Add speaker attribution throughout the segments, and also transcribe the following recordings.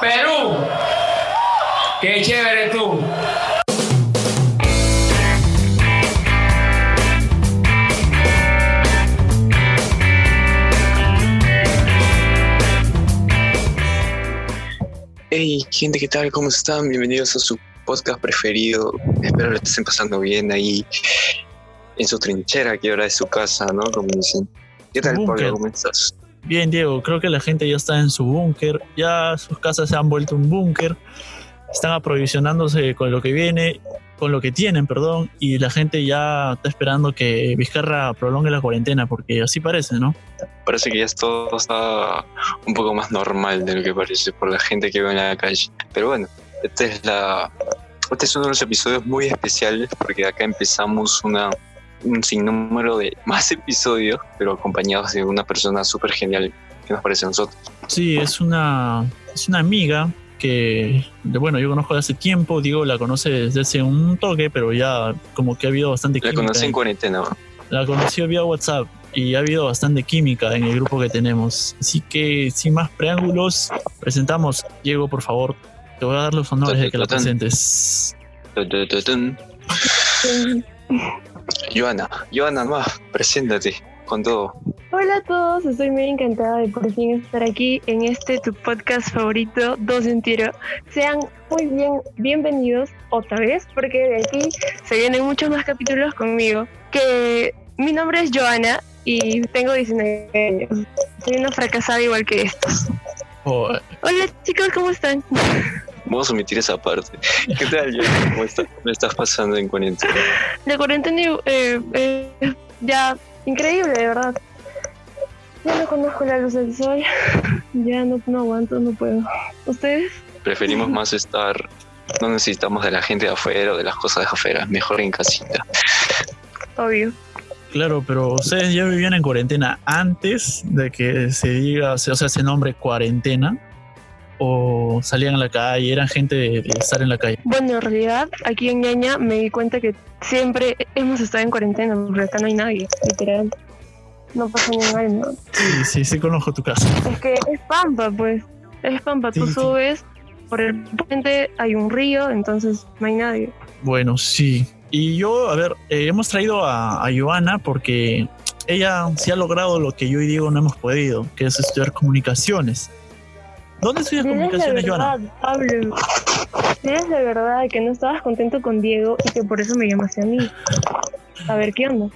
Speaker 1: Perú. Qué chévere tú.
Speaker 2: Hey, gente, ¿qué tal? ¿Cómo están? Bienvenidos a su podcast preferido. Espero lo estén pasando bien ahí en su trinchera, que ahora es su casa, ¿no? Como dicen. ¿Qué tal,
Speaker 3: Búnker.
Speaker 2: Pablo? ¿Cómo estás?
Speaker 3: Bien, Diego, creo que la gente ya está en su búnker, ya sus casas se han vuelto un búnker, están aprovisionándose con lo que viene, con lo que tienen, perdón, y la gente ya está esperando que Vizcarra prolongue la cuarentena, porque así parece, ¿no?
Speaker 2: Parece que ya es todo está un poco más normal de lo que parece por la gente que veo en la calle. Pero bueno, este es, la, este es uno de los episodios muy especiales porque acá empezamos una, un sinnúmero de más episodios, pero acompañados de una persona súper genial que nos parece a nosotros.
Speaker 3: Sí, es una, es una amiga que, de- bueno, yo conozco de hace tiempo, Diego la conoce desde hace un toque, pero ya como que ha habido bastante
Speaker 2: La
Speaker 3: química
Speaker 2: conocí en
Speaker 3: en-
Speaker 2: cuarentena, ¿no?
Speaker 3: La conoció vía WhatsApp y ha habido bastante química en el grupo que tenemos. Así que, sin más preámbulos, presentamos. Diego, por favor, te voy a dar los honores de que la presentes.
Speaker 2: Tun, tun, tun, tun. Joana, Joana más, preséntate con todo.
Speaker 4: Hola a todos, estoy muy encantada de por fin estar aquí en este tu podcast favorito, Dos en Tiro. Sean muy bien, bienvenidos otra vez, porque de aquí se vienen muchos más capítulos conmigo. Que mi nombre es Joana y tengo 19 años. Soy una fracasada igual que estos.
Speaker 3: Oh,
Speaker 4: Hola chicos, ¿cómo están?
Speaker 2: Vamos a omitir esa parte. ¿Qué tal, Joana? ¿Cómo estás? ¿Me estás pasando en cuarentena?
Speaker 4: La cuarentena eh, eh, ya increíble, de verdad. Ya no conozco la luz del sol. Ya no, no aguanto, no puedo. ¿Ustedes?
Speaker 2: Preferimos más estar. No necesitamos de la gente de afuera o de las cosas de afuera. Mejor en casita.
Speaker 4: Obvio.
Speaker 3: claro, pero ustedes ya vivían en cuarentena antes de que se diga, se- o sea, se nombre cuarentena. O salían a la calle, eran gente de, de estar en la calle.
Speaker 4: Bueno, en realidad, aquí en Ñaña me di cuenta que siempre hemos estado en cuarentena, porque acá no hay nadie, literal. No pasa ni un alma.
Speaker 3: Sí, sí, sí, conozco tu casa.
Speaker 4: Es que es pampa, pues. Es pampa. Tú
Speaker 3: Sí, sí.
Speaker 4: subes, por el puente hay un río, entonces no hay nadie.
Speaker 3: Bueno, sí. Y yo, a ver, eh, hemos traído a, a Joana porque ella sí ha logrado lo que yo y Diego no hemos podido, que es estudiar comunicaciones. ¿Dónde estudias
Speaker 4: Diles la
Speaker 3: comunicaciones, Joana?
Speaker 4: verdad, Pablo. Diles la verdad que no estabas contento con Diego y que por eso me llamaste a mí. A ver, ¿qué onda?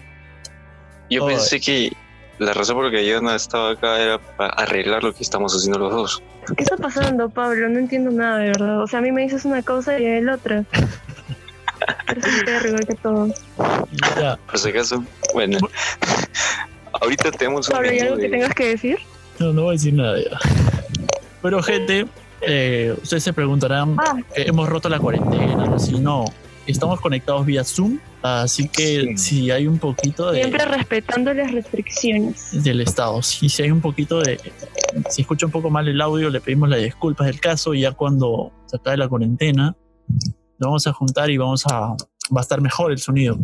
Speaker 2: Yo
Speaker 3: Ay.
Speaker 2: pensé que la razón por la que Joana estaba acá era para arreglar lo que estamos haciendo los dos.
Speaker 4: ¿Qué está pasando, Pablo? No entiendo nada, de verdad. O sea, a mí me dices una cosa y a él otra. Pero es un perro, igual que todos.
Speaker 3: Ya.
Speaker 2: Por si acaso, bueno. Ahorita tenemos un
Speaker 4: Pablo, ¿hay
Speaker 2: menú
Speaker 4: algo que
Speaker 2: de-
Speaker 4: tengas que decir?
Speaker 3: No, no voy a decir nada ya. Pero, gente, eh, ustedes se preguntarán,
Speaker 4: Ah.
Speaker 3: eh, hemos roto la cuarentena, si no, estamos conectados vía Zoom, así que
Speaker 2: Sí.
Speaker 3: si hay un poquito de...
Speaker 4: Siempre respetando las restricciones.
Speaker 3: del estado. Y si hay un poquito de. Si escucha un poco mal el audio, le pedimos las disculpas del caso. Y ya cuando se acabe la cuarentena, lo vamos a juntar y vamos a. Va a estar mejor el sonido.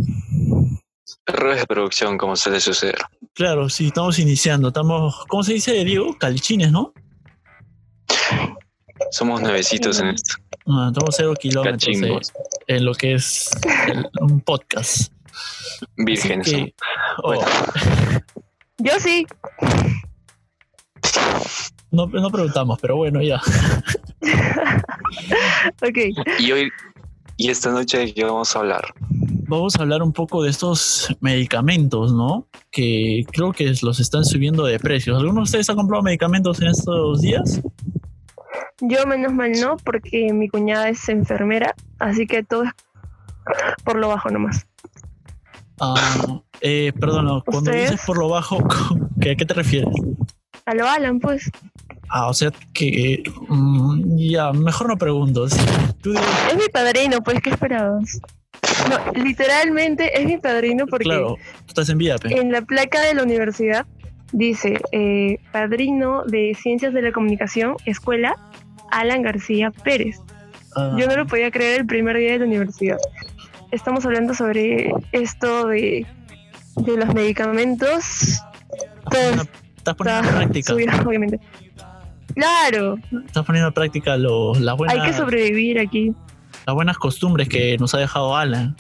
Speaker 2: errores de producción, como suele suceder.
Speaker 3: Claro, sí, estamos iniciando. Estamos. ¿Cómo se dice, Diego? Calchines, ¿no?
Speaker 2: Somos nuevecitos en esto.
Speaker 3: Ah, estamos cero kilómetros de-
Speaker 2: Cachimbos.
Speaker 3: en lo que es el- un podcast. Así
Speaker 2: Vírgenes.
Speaker 3: que- oh,
Speaker 2: Bueno.
Speaker 4: Yo sí.
Speaker 3: no, no preguntamos, pero bueno, ya.
Speaker 4: Ok.
Speaker 2: Y hoy, y esta noche, ¿de qué vamos a hablar?
Speaker 3: Vamos a hablar un poco de estos medicamentos, ¿no? Que creo que los están subiendo de precios. ¿Alguno de ustedes ha comprado medicamentos en estos días?
Speaker 4: Yo menos mal no, porque mi cuñada es enfermera, así que todo es por lo bajo nomás.
Speaker 3: Ah, eh, perdón, no, cuando
Speaker 4: ¿Ustedes?
Speaker 3: dices por lo bajo, ¿qué- ¿a qué te refieres?
Speaker 4: A lo Alan, pues.
Speaker 3: Ah, o sea que... mm, ya, mejor no pregunto. Sí, Tú dices,
Speaker 4: Es mi padrino, pues, ¿qué esperabas? No, literalmente es mi padrino porque eh,
Speaker 3: claro, tú estás en vía, pe.
Speaker 4: en la placa de la universidad dice eh, padrino de Ciencias de la Comunicación, Escuela Alan García Pérez.
Speaker 3: Ah,
Speaker 4: Yo no lo podía creer el primer día de la universidad. Estamos hablando sobre esto de, de los medicamentos. Todo
Speaker 3: estás poniendo en
Speaker 4: está
Speaker 3: práctica.
Speaker 4: subido, obviamente. Claro,
Speaker 3: Estás poniendo en práctica los las, buenas,
Speaker 4: hay que sobrevivir aquí.
Speaker 3: las buenas costumbres que nos ha dejado Alan.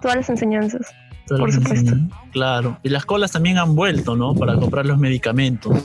Speaker 4: Todas las enseñanzas.
Speaker 3: Todas
Speaker 4: Por
Speaker 3: las
Speaker 4: supuesto.
Speaker 3: enseñanzas. Claro. Y las colas también han vuelto, ¿no? Para comprar los medicamentos.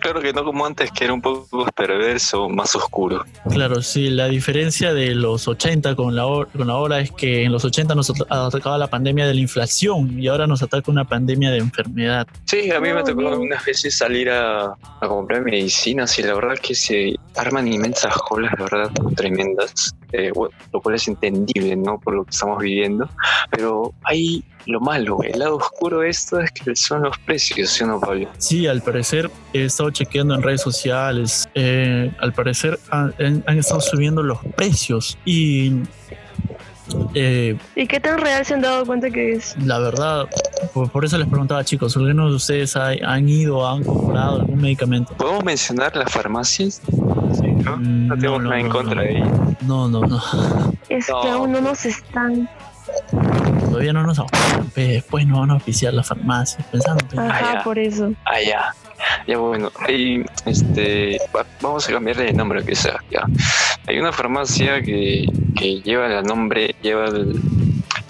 Speaker 2: Claro que no como antes, que era un poco perverso, más oscuro.
Speaker 3: Claro, sí, la diferencia de los 80 con la, hor- con ahora es que en los 80 nos at- atacaba la pandemia de la inflación y ahora nos ataca una pandemia de enfermedad.
Speaker 2: Sí, a mí me
Speaker 4: Oh,
Speaker 2: tocó
Speaker 4: bien.
Speaker 2: algunas veces salir a, a comprar medicinas y la verdad que se arman inmensas colas, la verdad, tremendas, eh, bueno, lo cual es entendible, ¿no? Por lo que estamos viviendo. Pero hay lo malo, el lado oscuro de esto es que son los precios, ¿sí o no, Pablo?
Speaker 3: Sí, al parecer he estado chequeando en redes sociales, eh, al parecer han, han- han estado subiendo los precios y eh,
Speaker 4: ¿Y qué tan real se han dado cuenta que es?
Speaker 3: la verdad, por, por eso les preguntaba chicos, ¿algunos de ustedes ha- han ido, han comprado algún medicamento?
Speaker 2: ¿Podemos mencionar las farmacias? ¿no?
Speaker 3: Mm,
Speaker 2: No tenemos nada en contra
Speaker 3: no.
Speaker 2: de ellas.
Speaker 3: No, no, no.
Speaker 4: Es
Speaker 2: No.
Speaker 4: que aún no nos están.
Speaker 3: Todavía no nos auspician, pe, después no van a oficiar las farmacias, pensando. pe.
Speaker 4: Ajá,
Speaker 2: ya.
Speaker 4: por eso.
Speaker 2: Ah, ya. Ya bueno, hay, este, va- vamos a cambiarle de nombre que sea. Ya. Hay una farmacia que, que lleva el nombre, lleva el,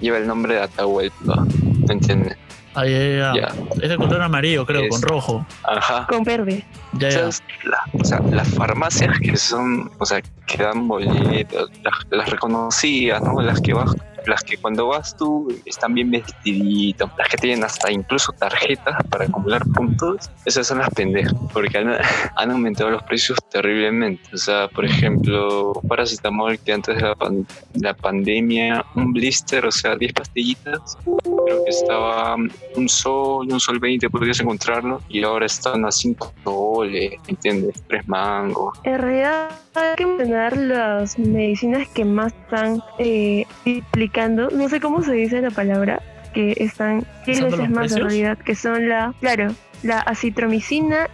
Speaker 2: lleva el nombre de Atahualpa. ¿Me entiendes?
Speaker 3: Ah, ya, ya, ya.
Speaker 2: Ya.
Speaker 3: Es de color amarillo, creo,
Speaker 2: Es.
Speaker 3: con rojo.
Speaker 2: Ajá.
Speaker 4: Con verde.
Speaker 3: Ya, ya.
Speaker 2: Esas- la- o sea, las farmacias que son, o sea, que dan boletos, las, las reconocidas, ¿no? Las que vas, las que cuando vas tú están bien vestiditos, las que tienen hasta incluso tarjetas para acumular puntos, esas son las pendejas, porque han, han aumentado los precios terriblemente. O sea, por ejemplo, paracetamol que antes de la, pan- la pandemia, un blister, o sea, 10 pastillitas, creo que estaba un sol, un sol 20 podrías encontrarlo y ahora están a 5 soles, ¿entiendes? Tres mangos.
Speaker 4: En realidad hay que mencionar las medicinas que más están eh, implicando, no sé cómo se dice la palabra, que están 10
Speaker 3: ¿Usando
Speaker 4: veces
Speaker 3: los
Speaker 4: más en
Speaker 3: precios?
Speaker 4: realidad, que son la, claro, la acitromicina,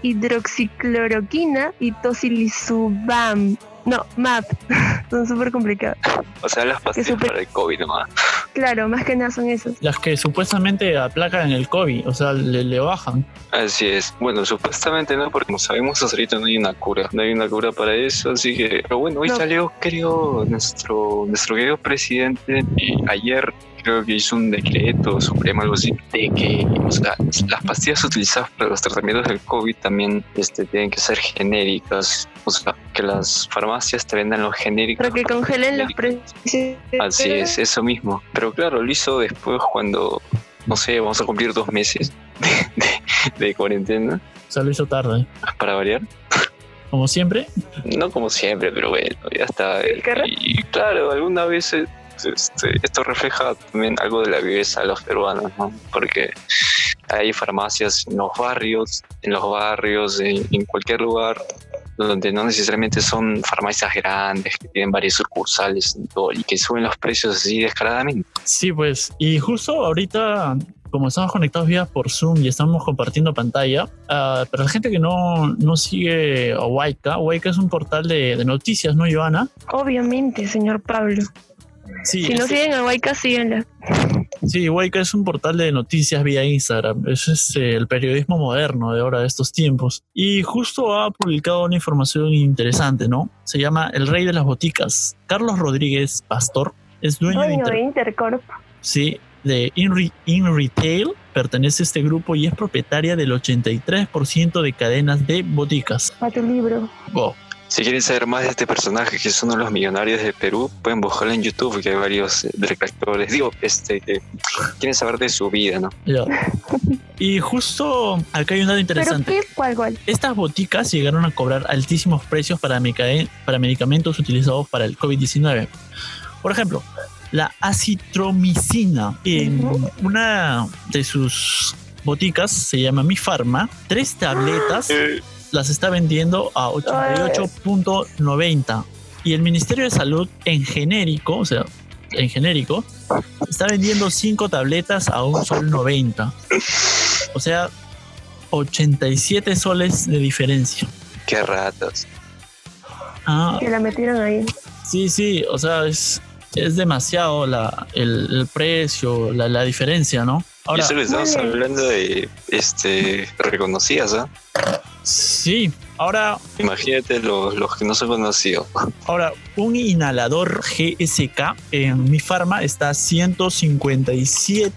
Speaker 4: hidroxicloroquina y tocilizumab. No, MAP. son súper complicadas.
Speaker 2: O sea, las pastillas
Speaker 4: súper.
Speaker 2: para el COVID nomás.
Speaker 4: Claro, más que nada son esas.
Speaker 3: Las que supuestamente aplacan el COVID, o sea, le, le bajan.
Speaker 2: Así es. Bueno, supuestamente no, porque como sabemos hasta ahorita no hay una cura. No hay una cura para eso, así que... Pero bueno, hoy
Speaker 4: No.
Speaker 2: salió, creo, nuestro, nuestro querido presidente y ayer creo que hizo un decreto supremo, algo así, de que o sea, las pastillas utilizadas para los tratamientos del COVID también este, tienen que ser genéricas. O sea, que las farmacias te vendan los genéricos.
Speaker 4: Pero que congelen los precios.
Speaker 2: Así es, eso mismo. Pero claro, lo hizo después cuando, no sé, vamos a cumplir dos meses de, de- de cuarentena,
Speaker 3: O sea, lo hizo tarde.
Speaker 2: para variar.
Speaker 3: Como siempre,
Speaker 2: No como siempre, pero bueno, ya está.
Speaker 4: ¿El carro?
Speaker 2: Y claro, algunas veces este, esto refleja también algo de la viveza de los peruanos, ¿no? Porque hay farmacias en los barrios, en los barrios, en, en cualquier lugar donde no necesariamente son farmacias grandes que tienen varias sucursales en todo, y que suben los precios así descaradamente.
Speaker 3: sí, pues. Y justo ahorita, como estamos conectados vía por Zoom y estamos compartiendo pantalla, ah, para la gente que no, no sigue a Waika, Waika es un portal de, de noticias, ¿no, Joana?
Speaker 4: Obviamente, señor Pablo.
Speaker 3: Sí,
Speaker 4: Si no
Speaker 3: este-
Speaker 4: siguen a Waika, síganla.
Speaker 3: Sí, Waika es un portal de noticias vía Instagram. Ese es eh, el periodismo moderno de ahora, de estos tiempos. Y justo ha publicado una información interesante, ¿no? Se llama El Rey de las Boticas. Carlos Rodríguez Pastor es dueño de,
Speaker 4: Dueño
Speaker 3: Inter-
Speaker 4: de Intercorp.
Speaker 3: sí, de InRetail, Retail, pertenece a este grupo y es propietaria del 83% de cadenas de boticas.
Speaker 4: A tu libro.
Speaker 3: Wow.
Speaker 2: Si quieren saber más de este personaje, que es uno de los millonarios de Perú, pueden buscarlo en YouTube, que hay varios eh, detractores. Digo, este, que quieren saber de su vida, ¿no?
Speaker 3: Ya. Y justo acá hay un dato
Speaker 4: ¿Pero
Speaker 3: interesante.
Speaker 4: qué? ¿Cuál, cuál?
Speaker 3: Estas boticas llegaron a cobrar altísimos precios para, meca- para medicamentos utilizados para el COVID-19. Por ejemplo, la acitromicina. En
Speaker 4: Ujú.
Speaker 3: una de sus boticas se llama Mi Pharma. Tres tabletas las está vendiendo a 88.90. Y el Ministerio de Salud en genérico, o sea, en genérico, está vendiendo cinco tabletas a un sol 90. O sea, 87 soles de diferencia.
Speaker 2: Qué ratas.
Speaker 3: Ah,
Speaker 4: Que la metieron ahí.
Speaker 3: sí, sí, o sea, es, es demasiado la, el, el precio, la, la diferencia, ¿no?
Speaker 2: Y
Speaker 3: Ahora,
Speaker 2: eso
Speaker 3: pues,
Speaker 2: que estamos
Speaker 4: Vale.
Speaker 2: hablando de este, reconocidas, ¿ah?
Speaker 3: sí, Ahora,
Speaker 2: Imagínate los, los que no son conocidos.
Speaker 3: ahora un inhalador GSK en mi farma está a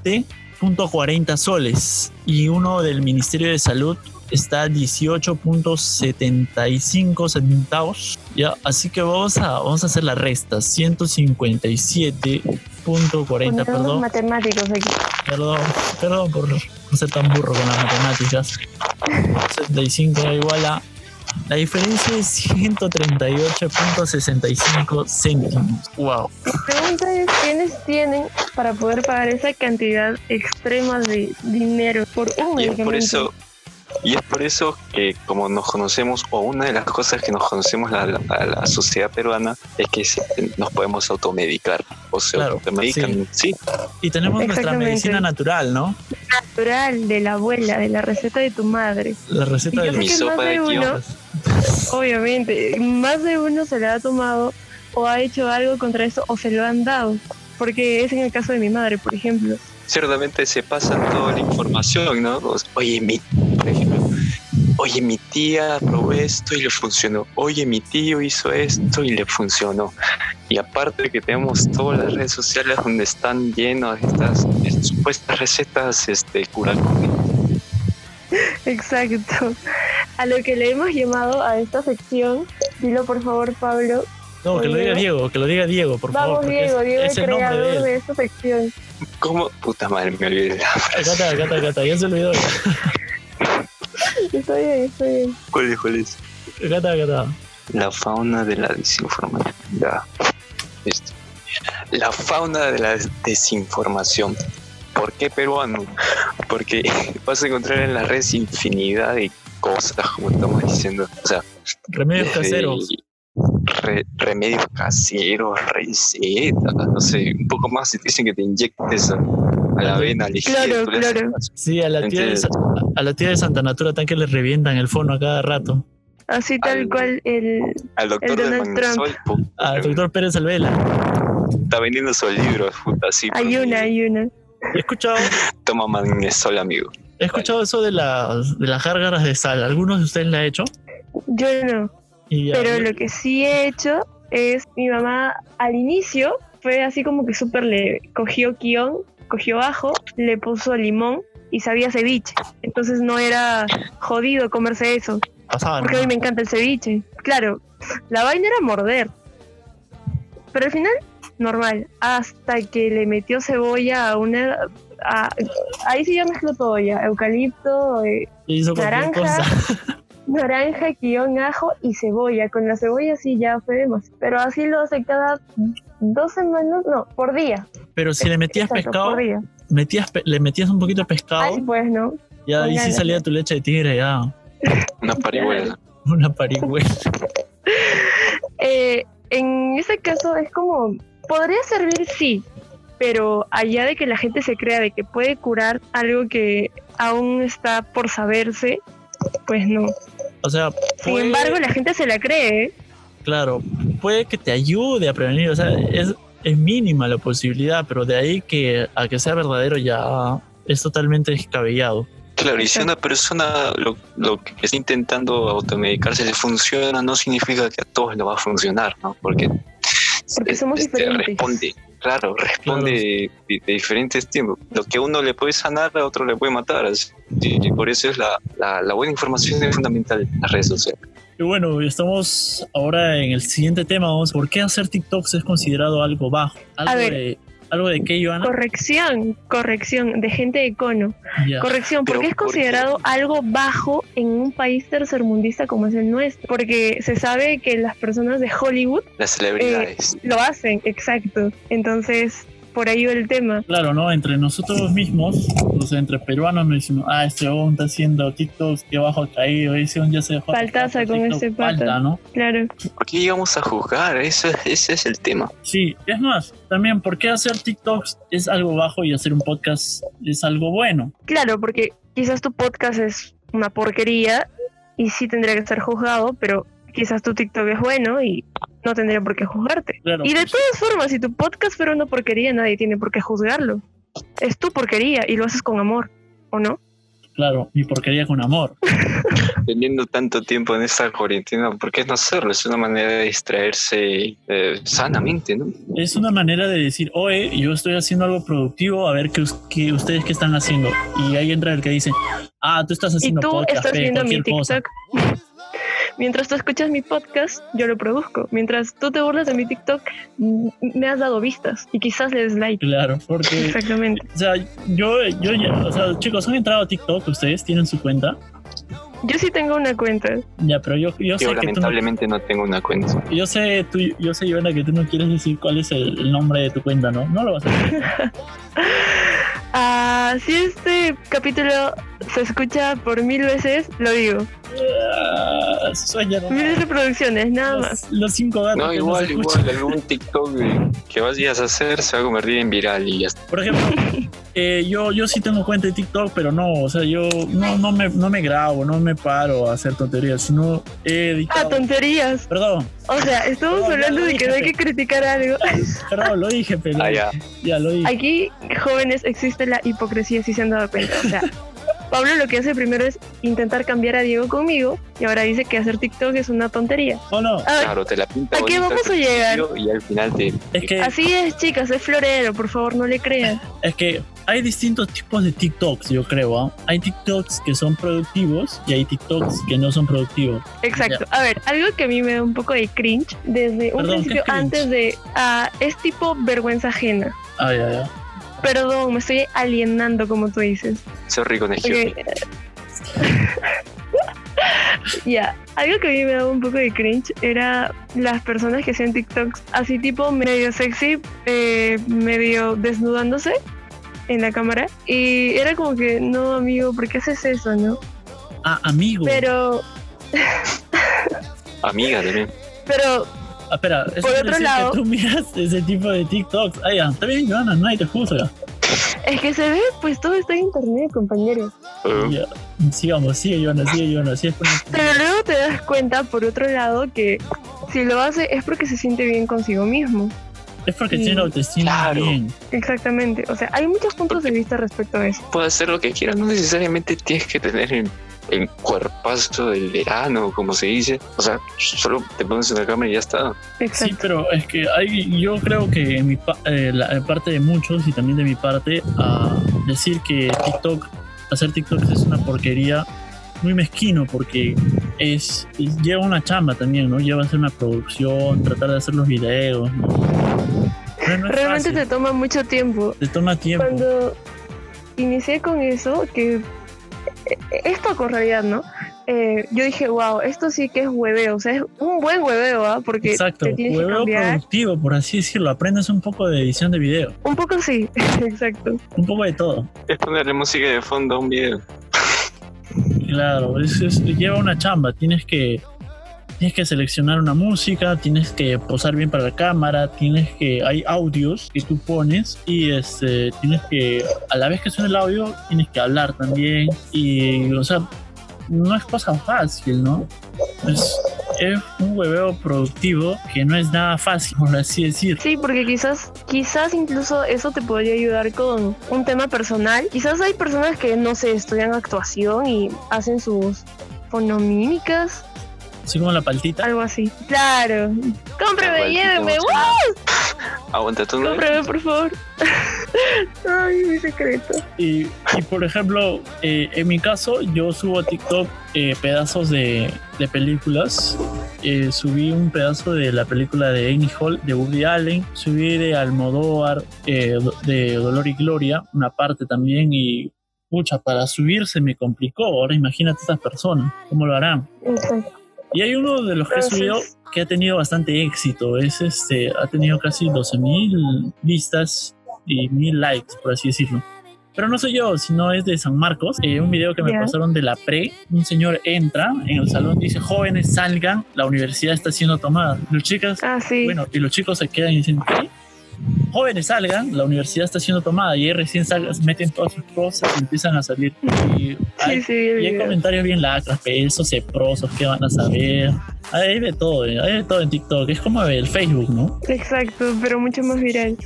Speaker 3: 157.40 soles y uno del Ministerio de Salud está a 18.75 centavos. Ya, así que vamos a, vamos a hacer la resta. 157.40,
Speaker 4: Con los
Speaker 3: perdón.
Speaker 4: matemáticos ¿eh? aquí.
Speaker 3: Perdón, perdón por, por ser tan burro con las matemáticas. 75 era igual a. La diferencia es 138.65 céntimos. Wow.
Speaker 4: La pregunta es quiénes tienen para poder pagar esa cantidad extrema de dinero por un
Speaker 2: Y es
Speaker 4: medicamento.
Speaker 2: por eso, y es por eso que como nos conocemos, o una de las cosas que nos conocemos la, la- a la sociedad peruana, es que se- nos podemos automedicar. O sea,
Speaker 3: Claro,
Speaker 2: automedican, sí.
Speaker 3: Y tenemos nuestra
Speaker 4: Exactamente.
Speaker 3: medicina natural, ¿no?
Speaker 4: natural de la abuela, de la receta de tu madre.
Speaker 3: La receta
Speaker 4: Y
Speaker 3: de
Speaker 4: yo
Speaker 2: Mi
Speaker 4: sé
Speaker 3: los.
Speaker 4: que más
Speaker 2: sopa de
Speaker 4: de uno,
Speaker 2: guión.
Speaker 4: obviamente, más de uno se la ha tomado o ha hecho algo contra eso o se lo han dado. Porque es en el caso de mi madre, por ejemplo.
Speaker 2: Ciertamente se pasan toda la información, ¿no? O sea, oye, mi, por ejemplo, oye, mi tía probó esto y le funcionó. Oye, mi tío hizo esto y le funcionó. Y aparte que tenemos todas las redes sociales donde están llenas de estas eh, supuestas recetas este, curacones.
Speaker 4: Exacto. A lo que le hemos llamado a esta sección, dilo por favor, Pablo.
Speaker 3: No, que lo diga Diego, que lo diga Diego, por
Speaker 4: Vamos,
Speaker 3: favor. porque es-
Speaker 4: Diego, Diego,
Speaker 3: es,
Speaker 4: el
Speaker 3: el nombre de
Speaker 4: creador
Speaker 3: él.
Speaker 4: de esta sección.
Speaker 2: ¿Cómo? Puta madre, me olvidé la
Speaker 3: Acá está,
Speaker 2: frase.
Speaker 3: acá está, acá está. Ya se olvidó. Acá
Speaker 4: Estoy bien, estoy bien.
Speaker 2: ¿Cuál es, cuál es?
Speaker 3: está, acá está.
Speaker 2: La fauna de la desinformación. Ya. Listo. La fauna de la desinformación. ¿Por qué peruano? Porque vas a encontrar en las redes infinidad de cosas, como estamos diciendo. O sea,
Speaker 3: Remedios
Speaker 2: desde
Speaker 3: caseros.
Speaker 2: re- remedios caseros, recetas, no sé, un poco más. Si te dicen que te inyectes a, a la vena, al ejido,
Speaker 4: Claro,
Speaker 2: tú le haces
Speaker 4: claro.
Speaker 2: caso.
Speaker 3: Sí, a la tía de,
Speaker 2: Entonces-
Speaker 3: Sa- a la tía de Santa Natura tan que le revientan el fono a cada rato.
Speaker 4: Así tal
Speaker 2: Al-
Speaker 4: cual el...
Speaker 2: Al doctor de
Speaker 4: Donald Trump. Ah,
Speaker 2: Magnesol, puta,
Speaker 3: Al doctor Pérez Alvela.
Speaker 2: está vendiendo sus libros, puta, pues, eh, así. por
Speaker 4: Hay una,
Speaker 2: mí.
Speaker 4: hay una.
Speaker 3: He escuchado
Speaker 2: Toma magnesol, amigo.
Speaker 3: He escuchado eso de las, de las gárgaras de sal. ¿Algunos de ustedes la han hecho?
Speaker 4: Yo no.
Speaker 3: Y ya-
Speaker 4: Pero lo que sí he hecho es, mi mamá al inicio fue así como que súper leve. Cogió guión, cogió ajo, le puso limón y sabía ceviche. Entonces no era jodido comerse eso,
Speaker 3: pasaba,
Speaker 4: porque a mí me encanta el ceviche. Claro, la vaina era morder. Pero al final, normal, hasta que le metió cebolla a una... a- ahí sí ya mezcló todo ya, eucalipto, eh,
Speaker 3: ¿no? Hizo cualquier
Speaker 4: naranja.
Speaker 3: cosa.
Speaker 4: naranja, guión, ajo y cebolla. Con la cebolla sí ya fue demasiado. Pero así lo hace cada dos semanas, no, por día.
Speaker 3: Pero si le metías
Speaker 4: Exacto,
Speaker 3: pescado,
Speaker 4: Por día.
Speaker 3: metías pe- le metías un poquito de pescado,
Speaker 4: Ay, pues no.
Speaker 3: ya ahí sí
Speaker 4: póngale.
Speaker 3: salía tu leche de tigre, ya.
Speaker 2: Una parihuela.
Speaker 3: Una parihuela.
Speaker 4: Eh, en ese caso es como, podría servir sí, pero allá de que la gente se crea de que puede curar algo que aún está por saberse, pues no.
Speaker 3: O sea,
Speaker 4: Sin
Speaker 2: Pues
Speaker 3: puede-
Speaker 4: embargo, la gente se la cree. ¿eh?
Speaker 3: claro, puede que te ayude a prevenir. O sea, es, es mínima la posibilidad, pero de ahí que a que sea verdadero ya es totalmente descabellado.
Speaker 2: Claro, y si a una persona lo, lo que está intentando automedicarse le funciona, no significa que a todos le va a funcionar, ¿no? Porque, este,
Speaker 4: Porque somos diferentes.
Speaker 2: responde, claro, responde de, de diferentes tiempos. Lo que a uno le puede sanar, a otro le puede matar. así. Y, y por eso es la, la, la buena información es fundamental en las redes sociales.
Speaker 3: Y bueno, estamos ahora en el siguiente tema. Vamos, ¿por qué hacer TikToks es considerado algo bajo? ¿Algo,
Speaker 4: A ver.
Speaker 3: de, ¿algo de qué, Joana?
Speaker 4: Corrección, corrección, de gente de cono.
Speaker 3: Ya.
Speaker 4: Corrección, porque
Speaker 2: Pero,
Speaker 4: es
Speaker 2: ¿por qué?
Speaker 4: considerado algo bajo en un país tercermundista como es el nuestro, porque se sabe que las personas de Hollywood
Speaker 2: Las celebridades.
Speaker 4: lo hacen, exacto. Entonces, por ahí va el tema.
Speaker 3: Claro, ¿no? Entre nosotros mismos, o sea, entre peruanos nos decimos, ah, este hombre está haciendo TikToks, qué bajo ha caído, ese hombre ya se dejó...
Speaker 4: Faltaza
Speaker 3: atrapar por
Speaker 4: con
Speaker 3: TikTok,
Speaker 4: ese pata.
Speaker 3: Falta, ¿no?
Speaker 4: Claro,
Speaker 2: ¿Por qué llegamos a juzgar? Ese, ese es el tema.
Speaker 3: Sí, es más, también, ¿por qué hacer TikToks es algo bajo y hacer un podcast es algo bueno?
Speaker 4: claro, porque quizás tu podcast es una porquería y sí tendría que ser juzgado, pero quizás tu TikTok es bueno y no tendría por qué juzgarte.
Speaker 3: Claro,
Speaker 4: Y de
Speaker 3: pues,
Speaker 4: todas formas, si tu podcast fuera una porquería, nadie tiene por qué juzgarlo. Es tu porquería y lo haces con amor, ¿o no?
Speaker 3: claro, mi porquería con amor.
Speaker 2: teniendo tanto tiempo en esta cuarentena, ¿por qué no hacerlo? Es una manera de distraerse eh, sanamente, ¿no?
Speaker 3: Es una manera de decir, oye, yo estoy haciendo algo productivo, a ver qué, us- qué ustedes qué están haciendo. Y ahí entra el que dice, ah, tú estás
Speaker 4: Y
Speaker 3: haciendo
Speaker 4: tú
Speaker 3: podcast,
Speaker 4: estás
Speaker 3: fe,
Speaker 4: viendo mi
Speaker 3: cualquier cosa.
Speaker 4: TikTok. Mientras tú escuchas mi podcast, yo lo produzco. Mientras tú te burlas de mi TikTok, m- me has dado vistas y quizás le des like.
Speaker 3: Claro, porque,
Speaker 4: Exactamente.
Speaker 3: o sea, yo, yo, ya- o sea, chicos, han entrado a TikTok, ustedes tienen su cuenta.
Speaker 4: Yo sí tengo una cuenta.
Speaker 3: Ya, pero yo, yo sé
Speaker 2: Yo
Speaker 3: que tú no-
Speaker 2: lamentablemente no tengo una cuenta.
Speaker 3: yo sé, tú, yo sé, Ivana, que tú no quieres decir cuál es el, el nombre de tu cuenta, ¿no? No lo vas a decir.
Speaker 4: Ah, si este capítulo se escucha por mil veces, lo digo.
Speaker 3: Ah, sueña, ¿no?
Speaker 4: Mil reproducciones, nada más.
Speaker 3: Los, los cinco gatos.
Speaker 2: No,
Speaker 3: que
Speaker 2: igual,
Speaker 3: nos escuchan.
Speaker 2: igual, algún TikTok que vayas a hacer se va a convertir en viral y ya está.
Speaker 3: Por ejemplo, eh, yo, yo sí tengo cuenta de TikTok, pero no, o sea, yo no, no, me, no me grabo, no me paro a hacer tonterías, sino he
Speaker 4: Ah,
Speaker 3: editado.
Speaker 4: tonterías.
Speaker 3: Perdón,
Speaker 4: O
Speaker 3: No,
Speaker 4: sea, estamos
Speaker 3: ya
Speaker 4: hablando
Speaker 3: lo
Speaker 4: de que no hay que criticar algo.
Speaker 3: perdón, lo dije, pero
Speaker 2: Ah,
Speaker 3: ya.
Speaker 2: ya.
Speaker 3: lo dije.
Speaker 4: Aquí, jóvenes, existe la hipocresía, si se han dado cuenta. O sea, Pablo lo que hace primero es intentar cambiar a Diego conmigo y ahora dice que hacer TikTok es una tontería.
Speaker 3: No, no,
Speaker 4: Ah,
Speaker 2: Claro, te la pinta
Speaker 4: ¿A qué
Speaker 2: bonita al
Speaker 4: vamos a llegar?
Speaker 2: principio Y al final te...
Speaker 3: es que,
Speaker 4: Así es, chicas, es florero, por favor, no le crean.
Speaker 3: es que hay distintos tipos de TikToks, yo creo. ¿ah? Hay TikToks que son productivos y hay TikToks que no son productivos.
Speaker 4: Exacto. A ver, algo que a mí me da un poco de cringe desde un
Speaker 3: Perdón, ¿qué
Speaker 4: principio
Speaker 3: es cringe?
Speaker 4: antes de. ah, es tipo vergüenza ajena.
Speaker 3: Ah, ya, ya.
Speaker 4: Perdón, me estoy alienando, como tú dices.
Speaker 2: Sorry, con
Speaker 4: Ok. Ya, algo que a mí me daba un poco de cringe era las personas que hacían TikToks así tipo medio sexy, eh, medio desnudándose en la cámara. Y era como que, no, amigo, ¿por qué haces eso, no?
Speaker 3: Ah, amigo.
Speaker 4: Pero,
Speaker 2: Amiga también.
Speaker 4: pero,
Speaker 3: Ah, espera, eso
Speaker 4: Por
Speaker 3: quiere
Speaker 4: otro
Speaker 3: decir
Speaker 4: lado-
Speaker 3: que tú miras ese tipo de TikToks. Ah, ya, está bien, Joana, nadie te juzga.
Speaker 4: es que se ve, pues todo está en internet, compañeros.
Speaker 2: Eh,
Speaker 3: Ya, Sigamos, sigue, Joana, sigue, Joana, sigue.
Speaker 4: Pero luego te das cuenta, por otro lado, que si lo hace es porque se siente bien consigo mismo.
Speaker 3: Es porque
Speaker 4: Mm,
Speaker 3: tiene la autoestima
Speaker 2: claro.
Speaker 3: bien.
Speaker 4: Exactamente. O sea, hay muchos puntos de vista respecto a eso.
Speaker 2: Puedes hacer lo que quieras, no necesariamente tienes que tener el, el cuerpazo del verano, como se dice. O sea, solo te pones en la cámara y ya está.
Speaker 4: Exacto.
Speaker 3: Sí, pero es que hay, yo creo que en mi pa- eh, la, en parte de muchos y también de mi parte, a decir que TikTok, hacer TikToks es una porquería muy mezquino porque es, es- lleva una chamba también, ¿no? Lleva a hacer una producción, tratar de hacer los videos. ¿no? No, no es
Speaker 4: Realmente
Speaker 3: fácil,
Speaker 4: te toma mucho tiempo.
Speaker 3: te toma tiempo.
Speaker 4: Cuando inicié con eso, que eh, esto con realidad, ¿no? Eh, yo dije, wow, esto sí que es hueveo, o sea, es un buen hueveo, ¿ah? Porque
Speaker 3: Exacto,
Speaker 4: te tienes que
Speaker 3: hueveo
Speaker 4: cambiar.
Speaker 3: productivo, por así decirlo. Aprendes un poco de edición de video,
Speaker 4: Un poco sí, exacto.
Speaker 3: un poco de todo.
Speaker 2: Es ponerle música de fondo a un video.
Speaker 3: Claro, es, es- lleva una chamba. Tienes que, tienes que seleccionar una música, tienes que posar bien para la cámara, tienes que. Hay audios que tú pones y este, tienes que. A la vez que suena el audio, tienes que hablar también. Y, o sea, no es cosa fácil, ¿no? Es, es un hueveo productivo que no es nada fácil, por así decir.
Speaker 4: Sí, porque quizás, quizás incluso eso te podría ayudar con un tema personal. Quizás hay personas que, no sé, estudian actuación y hacen sus fonomímicas,
Speaker 3: Así como la paltita.
Speaker 4: algo así. Claro. Cómprame, llévenme, ¡wow!
Speaker 2: Aguanta, tú no.
Speaker 4: Cómprame, por favor. Ay, mi secreto.
Speaker 3: Y, y, por ejemplo, eh, en mi caso, yo subo a TikTok eh, pedazos de, de películas. Eh, subí un pedazo de la película de Annie Hall, de Woody Allen. Subí de Almodóvar, eh, do- de Dolor y Gloria, una parte también. Y, pucha, para subir se me complicó. Ahora imagínate estas personas, ¿cómo lo harán? Y hay uno de los que he
Speaker 4: Entonces-
Speaker 3: subido que ha tenido bastante éxito. Es este, ha tenido casi 12.000 vistas y 1.000 likes, por así decirlo. Pero no soy yo, sino es de San Marcos. Eh, un video que me
Speaker 4: Ya.
Speaker 3: pasaron de la pre. Un señor entra en el salón, dice: Jóvenes, salgan, la universidad está siendo tomada. Los chicas,
Speaker 4: Ah, sí.
Speaker 3: bueno, y los chicos se quedan y dicen: ¿Qué? Jóvenes, salgan, la universidad está siendo tomada. Y ahí recién salgan, meten todas sus cosas y empiezan a salir. Y hay
Speaker 4: sí, sí, vi el
Speaker 3: y hay
Speaker 4: video.
Speaker 3: comentarios bien lacras, pe, esos leprosos que van a saber. Hay de todo, eh, hay de todo en TikTok. Es como el Facebook, ¿no?
Speaker 4: Exacto, pero mucho más viral.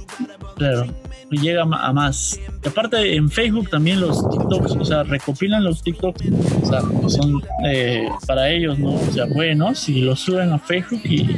Speaker 3: Claro. Y llega ma- a más. Y aparte, en Facebook también los TikToks, o sea, recopilan los TikToks, o sea, que son eh, para ellos, ¿no? O sea, buenos, y los suben a Facebook y,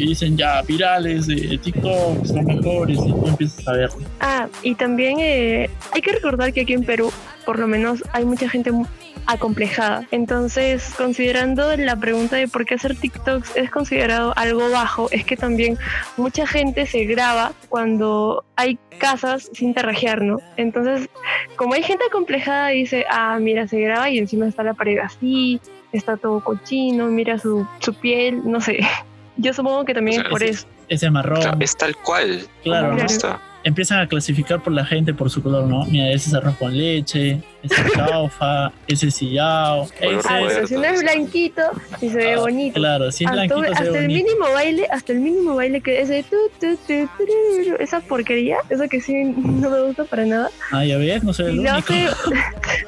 Speaker 3: y dicen ya, virales, eh, TikTok, son mejores, y tú empiezas a ver.
Speaker 4: Ah, y también eh, hay que recordar que aquí en Perú, por lo menos, hay mucha gente mu- acomplejada. Entonces, considerando la pregunta de por qué hacer TikToks es considerado algo bajo, es que también mucha gente se graba cuando hay casas sin tarrajear, ¿no? Entonces, como hay gente acomplejada, dice, ah, mira, se graba y encima está la pared así, está todo cochino, mira su, su piel, no sé. Yo supongo que
Speaker 2: O
Speaker 4: también
Speaker 2: sea,
Speaker 4: es por
Speaker 3: ese-
Speaker 4: eso.
Speaker 3: Ese marrón,
Speaker 2: Claro, es tal cual.
Speaker 3: claro, ¿no?
Speaker 4: Claro.
Speaker 2: Está.
Speaker 3: empiezan a clasificar por la gente por su color, ¿no? Mira, ese es arroz con leche, ese es caufa, ese es sillao,
Speaker 2: Color
Speaker 4: Ah,
Speaker 3: ese
Speaker 2: verde.
Speaker 3: es...
Speaker 4: pero si no es blanquito, si se ve
Speaker 3: Ah,
Speaker 4: bonito.
Speaker 3: Claro, si es
Speaker 4: hasta,
Speaker 3: blanquito se
Speaker 4: hasta
Speaker 3: ve
Speaker 4: el
Speaker 3: bonito.
Speaker 4: mínimo baile, hasta el mínimo baile que es de tu, tu, tu, turururu, esa porquería, eso que sí no me gusta para nada.
Speaker 3: Ah, ya ves, no soy
Speaker 4: Si
Speaker 3: el
Speaker 4: lo
Speaker 3: único.
Speaker 4: hace,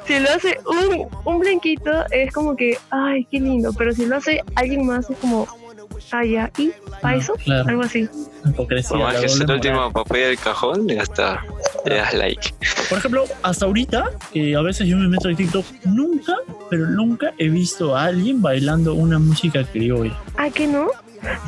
Speaker 4: si lo hace un, un blanquito, es como que, ay, qué lindo, pero si lo hace alguien más, es como, ay, ya, y para eso, Ah,
Speaker 3: Claro,
Speaker 4: algo así.
Speaker 3: hipocresía.
Speaker 2: Por más
Speaker 3: la
Speaker 2: que es el
Speaker 3: doble moral.
Speaker 2: último papel del cajón, ya está. Le das like.
Speaker 3: Por ejemplo, hasta ahorita, que a veces yo me meto en TikTok, nunca, pero nunca he visto a alguien bailando una música criolla.
Speaker 4: Ah, que no.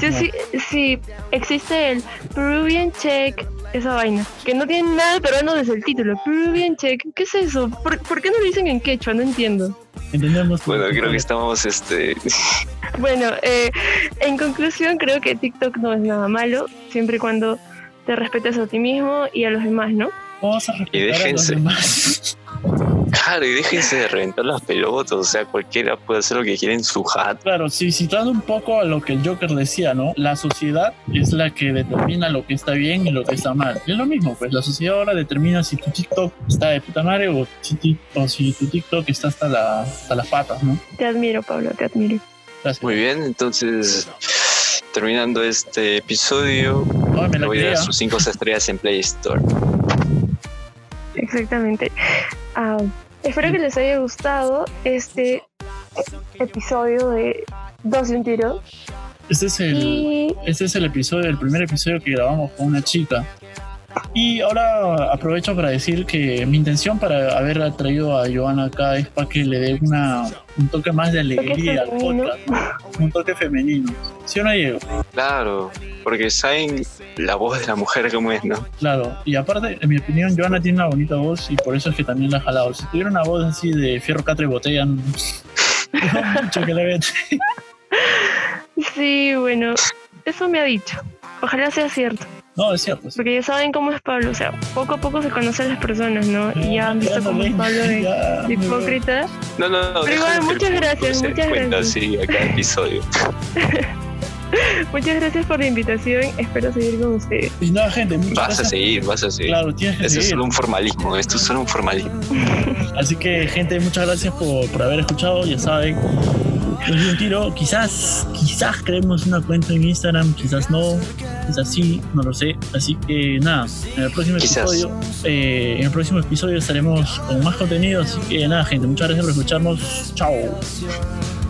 Speaker 4: Sí,
Speaker 3: No.
Speaker 4: sí, sí, existe el Peruvian Check, esa vaina, que no tiene nada de peruano desde el título. Peruvian Check, ¿qué es eso? ¿Por, por qué no lo dicen en quechua? No entiendo.
Speaker 3: ¿Entendemos? tu-
Speaker 2: Bueno,
Speaker 3: tu
Speaker 2: creo que
Speaker 3: pregunta.
Speaker 2: estamos este,
Speaker 4: Bueno, eh, en conclusión, creo que TikTok no es nada malo, siempre y cuando te respetes a ti mismo y a los demás, ¿no?
Speaker 3: Vamos a respetar a los
Speaker 2: déjense.
Speaker 3: demás.
Speaker 2: Claro, y déjense de reventar las pelotas, o sea, cualquiera puede hacer lo que quiera en su hat.
Speaker 3: Claro, sí, citando un poco a lo que el Joker decía, ¿no? La sociedad es la que determina lo que está bien y lo que está mal. Es lo mismo, pues la sociedad ahora determina si tu TikTok está de puta madre o si, ti- o si tu TikTok está hasta, la- hasta las patas, ¿no?
Speaker 4: Te admiro, Pablo, te admiro.
Speaker 3: Gracias.
Speaker 2: Muy bien, entonces, terminando este episodio,
Speaker 3: Ay, me
Speaker 2: le
Speaker 3: la
Speaker 2: voy a dar
Speaker 3: creía.
Speaker 2: sus 5 estrellas en Play Store.
Speaker 4: Exactamente. Ah, espero que les haya gustado este episodio de Dos y un tiro.
Speaker 3: Este es el...
Speaker 4: Y
Speaker 3: Este es el episodio, el primer episodio que grabamos con una chica. Y ahora aprovecho para decir que mi intención para haber traído a Joana acá es para que le dé una, un toque más de alegría al
Speaker 4: femenino.
Speaker 3: podcast, ¿no? un toque femenino. Si o no Diego?
Speaker 2: Claro, porque saben la voz de la mujer como es, ¿no?
Speaker 3: claro. Y aparte, en mi opinión, Joana tiene una bonita voz y por eso es que también la ha jalado. Si tuviera una voz así de fierro catre botella, no, no mucho que le vea.
Speaker 4: sí, bueno, eso me ha dicho. Ojalá sea cierto,
Speaker 3: No, es cierto. sí.
Speaker 4: porque ya saben cómo es Pablo, o sea, poco a poco se conocen las personas, ¿no? Y ya han visto
Speaker 3: no
Speaker 4: cómo es
Speaker 3: ven,
Speaker 4: Pablo de
Speaker 3: ya, me veo.
Speaker 4: hipócrita.
Speaker 2: No, no, no.
Speaker 4: Pero
Speaker 2: dejen
Speaker 4: igual,
Speaker 2: que el
Speaker 4: muchas
Speaker 2: público
Speaker 4: gracias,
Speaker 2: se dé
Speaker 4: muchas
Speaker 2: cuenta,
Speaker 4: gracias.
Speaker 2: Sí, a cada episodio.
Speaker 4: Muchas gracias por la invitación, espero seguir con ustedes.
Speaker 3: Y nada, gente, muchas
Speaker 2: Vas a
Speaker 3: gracias.
Speaker 2: seguir, vas a seguir.
Speaker 3: Claro, tienes que
Speaker 2: Esto es
Speaker 3: seguir.
Speaker 2: solo un formalismo, esto es solo un formalismo.
Speaker 3: Así que, gente, muchas gracias por, por haber escuchado. Ya saben, nos dio un tiro. Quizás, quizás creemos una cuenta en Instagram, quizás no, quizás sí, no lo sé. Así que, nada, en el próximo
Speaker 2: Quizás.
Speaker 3: episodio, eh, en el próximo episodio estaremos con más contenido. Así que, nada, gente, muchas gracias por escucharnos. Chao.
Speaker 5: It's your